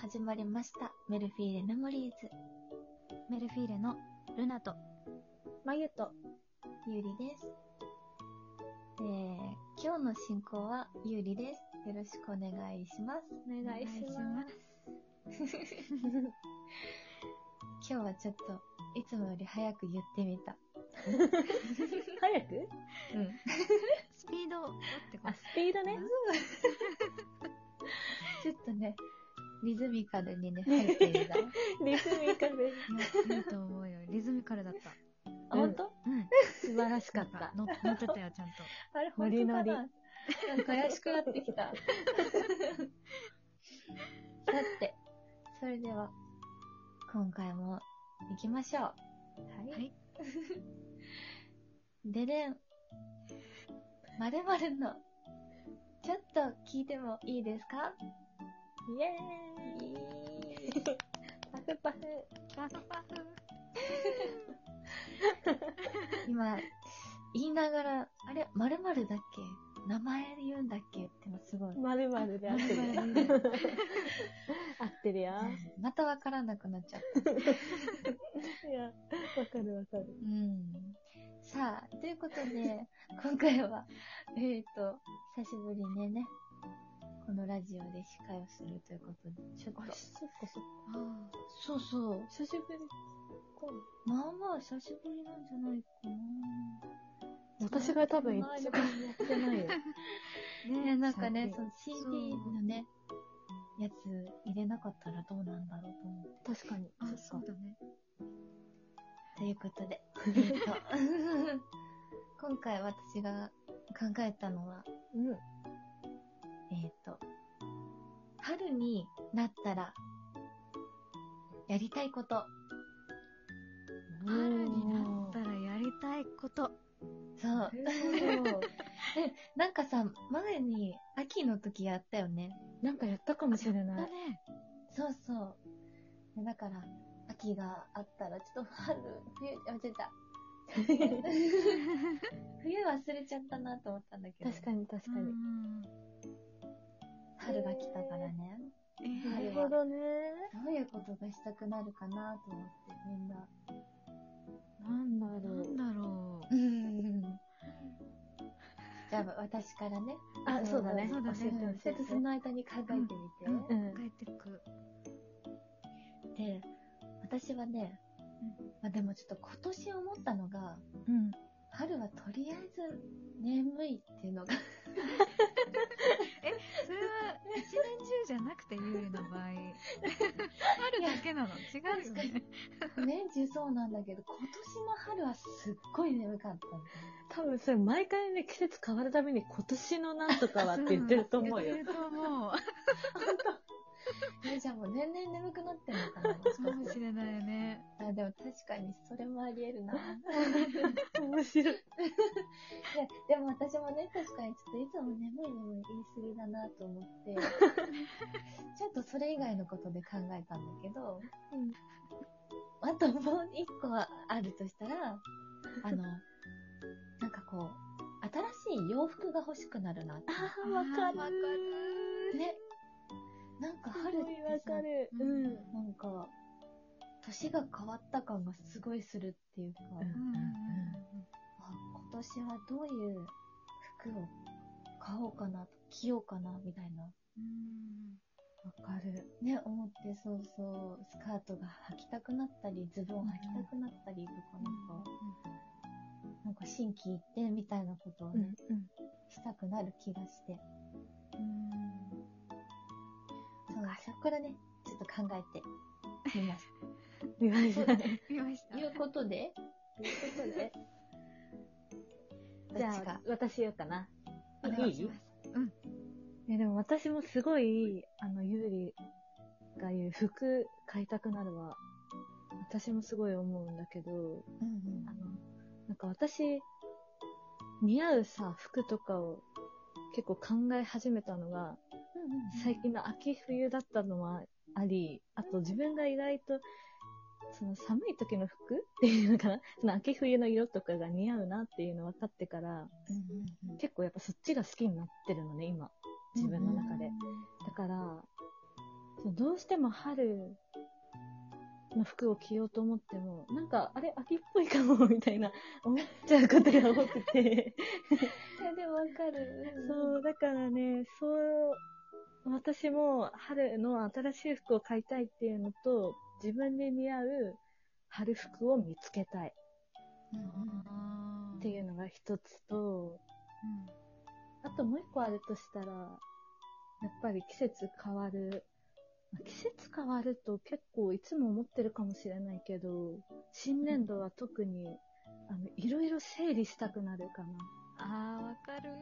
始まりました。メルフィーレメモリーズ。メルフィーレのルナとまゆと、ゆうりです。えー、今日の進行はゆうりです。よろしくお願いします。お願いします。今日はちょっと、いつもより早く言ってみた。早くうん。スピードをってこあ、スピードね。ちょっとね、リズミカルにね、入ってみ た。リズミカル。といいいと思う よリズミカルだったあ、ほんとうん素晴らしかっなんた。乗乗ってたよちゃんとあれ、ノ本リ当ノかリ。ななんか怪しくなってきた。さて、それでは、今回も行きましょう。ははいでれん。まるまるの、ちょっと聞いてもいいですかイエーイパフパフ。パフパフ今、言いながら、あれ、まるまるだっけ名前言うんだっけってのすごい。まるまるで合ってるよ。合ってるよ。 またわからなくなっちゃった。いや、わかるわかる。うん。さあ、ということで、今回は、えっ、と、久しぶりにね、このラジオで司会をするということで、ちょっとあ、。そっかそっか。あそうそう。久しぶり。こうまあまあ、久しぶりなんじゃないかな。私が多分一番やってないよ。ーね ね、なんかね、そ最の CD のね、やつ入れなかったらどうなんだろうと思って。確かに。あそそううか。だねということで、え ーと今回私が考えたのは、うん。えっ、と、春になったら、やりたいこと。春になったらやりたいことそう。なるほどなんかさ、前に秋の時やったよね。なんかやったかもしれだない。ねそうそう。だから、秋があったら、ちょっと春、冬、あ、間違えた。冬忘れちゃったなと思ったんだけど。確か。に確かに。春が来たからね。にななるるほほどね。どういうことがしたくなるかなと思って、みんな。なんだろなんう。だろうじゃあ、私からね。あ、そうだね。そうだね教ちえてょっとその間に考えてみて。教えて。うん。帰ってくで、私はね、うんまあでもちょっと今年思ったのが、うん春はとりあえず眠いっていうのが、それは一年中じゃなくて有利な 場合春だけなの違うよ確かね年中そうなんだけど、今年の春はすっごい眠かったんだよ多分それ毎回ね、季節変わるたびに今年のなんとかはって言ってると思うよ言。ってると思うね。じゃあもう年々眠くなってんのかな、もしかかもし。してれないね。あ、でも確かにそれもあり得るな。い 面白い。や、でも私もね、確かにちょっといつも眠い眠い言い過ぎだなと思って、ちょっとそれ以外のことで考えたんだけど、あともう一個はあるとしたら、あの、なんかこう、新しい洋服が欲しくなるなって。あ、わかる。わかる。ね。なんかす春っごいわてさか、る。ううんん。なんか、年が変わった感がすごいするっていうか、うんうんうんあ今年はどういう服を買おうかな、着ようかな、みたいな。うんわかる。ね、思って、そうそう、スカートが履きたくなったり、ズボン履きたくなったりとか、なんか、なんか心機一転みたいなことをうん。ね、したくなる気がして。そう、そこからね、ちょっと考えてみましうん。意外じゃない。見ましたた。。いうことで、ということで。どっちじゃあが、私言おうかな。お願いします。え、でも私もすごい、あの、ゆうりが言う服買いたくなるは、私もすごい思うんだけど、うんあの、なんか私、似合うさ、服とかを結構考え始めたのが、うん。最近の秋冬だったのもあり、あと自分が意外と、その寒い時の服っていうのかな その秋冬の色とかが似合うなっていうの分かってから、うんうん。結構やっぱそっちが好きになってるのね、今。自分の中で。だから、そうどうしても春の服を着ようと思っても、なんか、あれ、秋っぽいかも、みたいな、思っちゃうことが多くて。いや、でもわかる。そう、だからね、そう、私も春の新しい服を買いたいっていうのと、自分に似合う春服を見つけたいうんうん。あーっていうのが一つと、うんあともう一個あるとしたら、やっぱり季節変わる。まあ季節変わると結構いつも思ってるかもしれないけど、新年度は特に、あの、いろいろ整理したくなるかあー、わかる。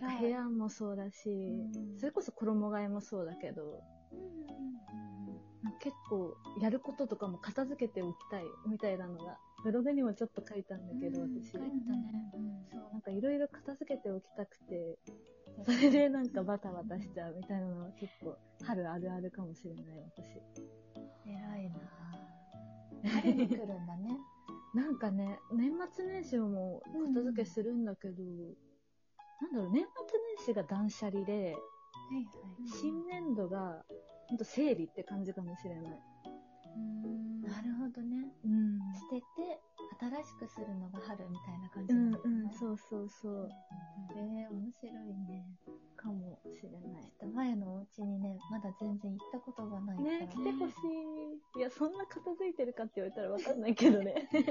な。偉い部屋もそうだし、うんそれこそ衣替えもそうだけど、なんか結構やることとかも片付けておきたいみたいなのが、ブログにもちょっと書いたんだけど、うん私。帰ったね。うんそう、なんかいろいろ片付けておきたくて、 それでなんかバタバタしちゃうみたいなのは結構、春あるあるかもしれない、私。偉いな晴れに来るんだね。なんかね、年末年始はもう片付けするんだけど、なんだろう、年末年始が断捨離で、はいはい。新年度が、ほんと整理って感じかもしれない。うんなるほどね。うん。捨てて、新しくするのが春みたいな感うじなんんだうん、う。そうそうそう、ええ、面白いね。かもしれない。ちょっと前のお家にね、まだ全然行ったことがないから。ね、来てほしい。いや、そんな片付いてるかって言われたらわかんないけど ね。失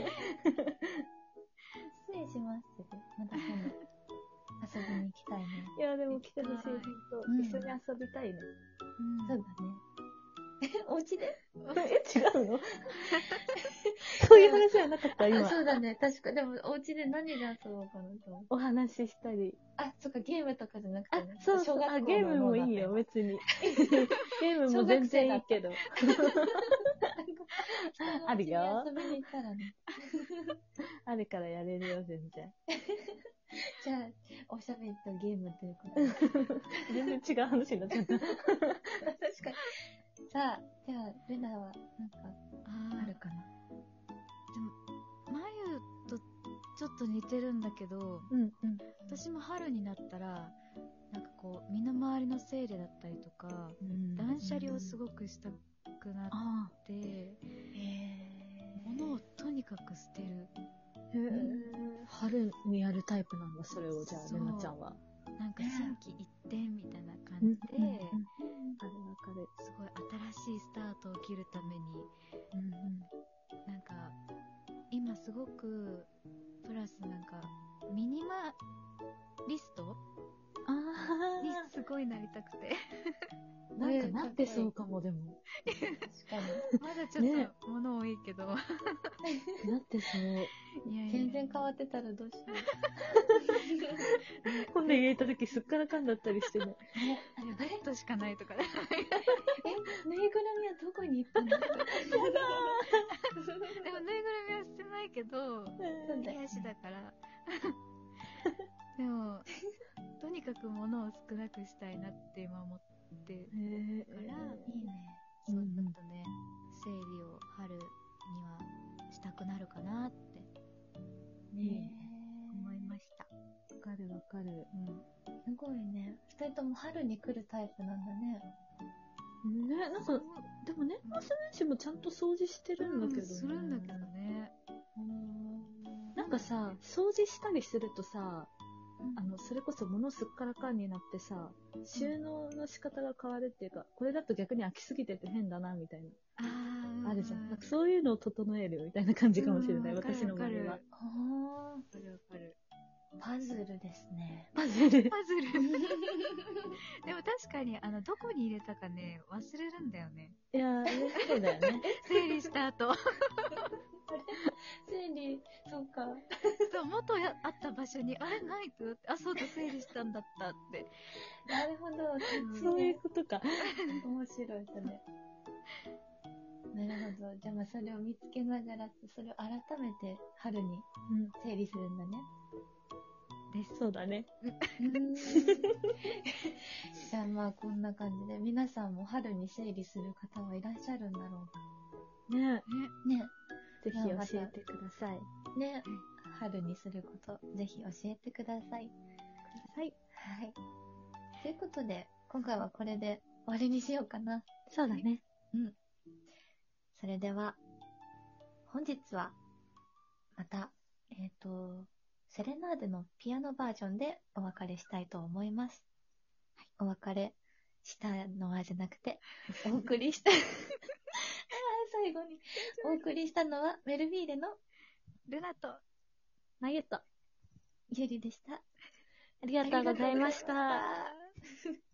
礼しますって。また今度、遊びに行きたいね。いや、でも来てほしい、行き本うん当。一緒に遊びたいね。うんそうだね。 え、お家で え、違う のそういう話じゃなかった、あ今。そうだね。確か。でも、お家で何で遊ぼうかなと思って。お話ししたり。あ、そっか、ゲームとかじゃなくあてね。、そうそ小う。学校あ、のゲームもいいよ、も別 に。ゲームも全然いいけど。あるよ遊びに行ったらね。あるからやれるよ、全然。じゃあ、おしゃべりとゲームということで。全然違 う話になっちゃった。確かに。さあ、じゃあ、ルナは、なんか、ああーるかな。眉とちょっと似てるんだけど、うんうん。私も春になったら、なんかこう、身の回りの整理だったりとか、断捨離をすごい。ごくしたくなっあて、え物をとにかく捨てる。あ。へえ。春にやるタイプなんだ、それを、じゃあ、そうれなちゃんは。なんか心機一転みたいな感うんじで、うんうんあるわかる。すごい新しいスタートを切るために、うんうん。なんか、今すごく、プラスなんか、ミニマリストあにすごいなりた くて。あ。なんかなってそうかも、でも。確かに。まだちょっねと物多いけど。なってそう。いやいや全然変わってたらどうしよう。本で入れた時すっからかんだったり してね。あれ、ベッドしかないとかね。 え、ぬいぐるみはどこに行 ったのでもぬいぐるみは捨てないけど、なんだよ手足だから。でも、とにかく物を少なくしたいなって今思ってへえるから、いいね。そううだんうんとね、整理を春にはしたくなるかなってね思いました。わかるわかる。すごいね。二人とも春に来るタイプなんだね。うん。ね、なんか、でも年末年始もちゃんと掃除してるんだけど、うんするんだけどね。なんかさ、掃除したりするとさ、うんあの、それこそ物すっからかんになってさ、収納の仕方が変わるっていうか、これだと逆に飽きすぎてて変だな、みたいあーな。あるじゃん。なんかそういうのを整えるみたいな感じかもしれない、うんわかる私の場合わはか。ほわかるわかーる。パズルですね。パズル。パズル。でも確かに、あの、どこに入れたかね、忘れるんだよね。いやー、ねそうだよ ね。整理した後。整理、そうか。そう、元やあった場所に、あれないってなって、あ、そうだ、整理したんだったって。なるほど。うんそういうことか。面白い、それ。なるほど。じゃあ、まあ、それを見つけながら、それを改めて春にうん。整理するんだね。です。そうだね。 じゃあ、まあ、こんな感じで、皆さんも春に整理する方はいらっしゃるんだろうか。ねね、ね。ぜひいやまた教えてください。ね、春にすること、ぜひ教えてください。はい。はい。ということで、今回はこれで終わりにしようかな。そうだね。それでは、本日は、また、えっ、と、セレナーデのピアノバージョンでお別れしたいと思います。お別れしたのはじゃなくて、お送り した、あー最後に、お送りしたのはメルフィーレのルナと、ナユット、ゆりでした。ありがとうございましありた。がとうございました